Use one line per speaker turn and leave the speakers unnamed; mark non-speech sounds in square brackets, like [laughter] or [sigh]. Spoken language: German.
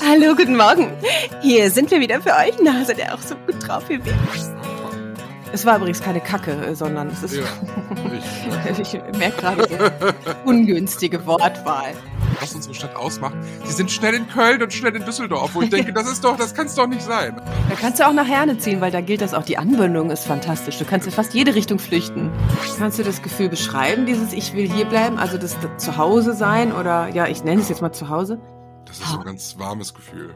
Hallo, guten Morgen. Hier sind wir wieder für euch. Na, seid ihr auch so gut drauf wie wir? Es war übrigens keine Kacke, äh, sondern es ist,
Ja, ich,
[laughs]
ne?
ich merke gerade die ungünstige Wortwahl.
was unsere Stadt ausmacht. Sie sind schnell in Köln und schnell in Düsseldorf, wo ich denke, das ist doch, das kann es doch nicht sein.
Da kannst du auch nach Herne ziehen, weil da gilt das auch. Die Anbindung ist fantastisch. Du kannst in fast jede Richtung flüchten. Kannst du das Gefühl beschreiben, dieses Ich will hier bleiben, also das, das Zuhause sein oder ja, ich nenne es jetzt mal Zuhause?
Das ist so ein ganz warmes Gefühl.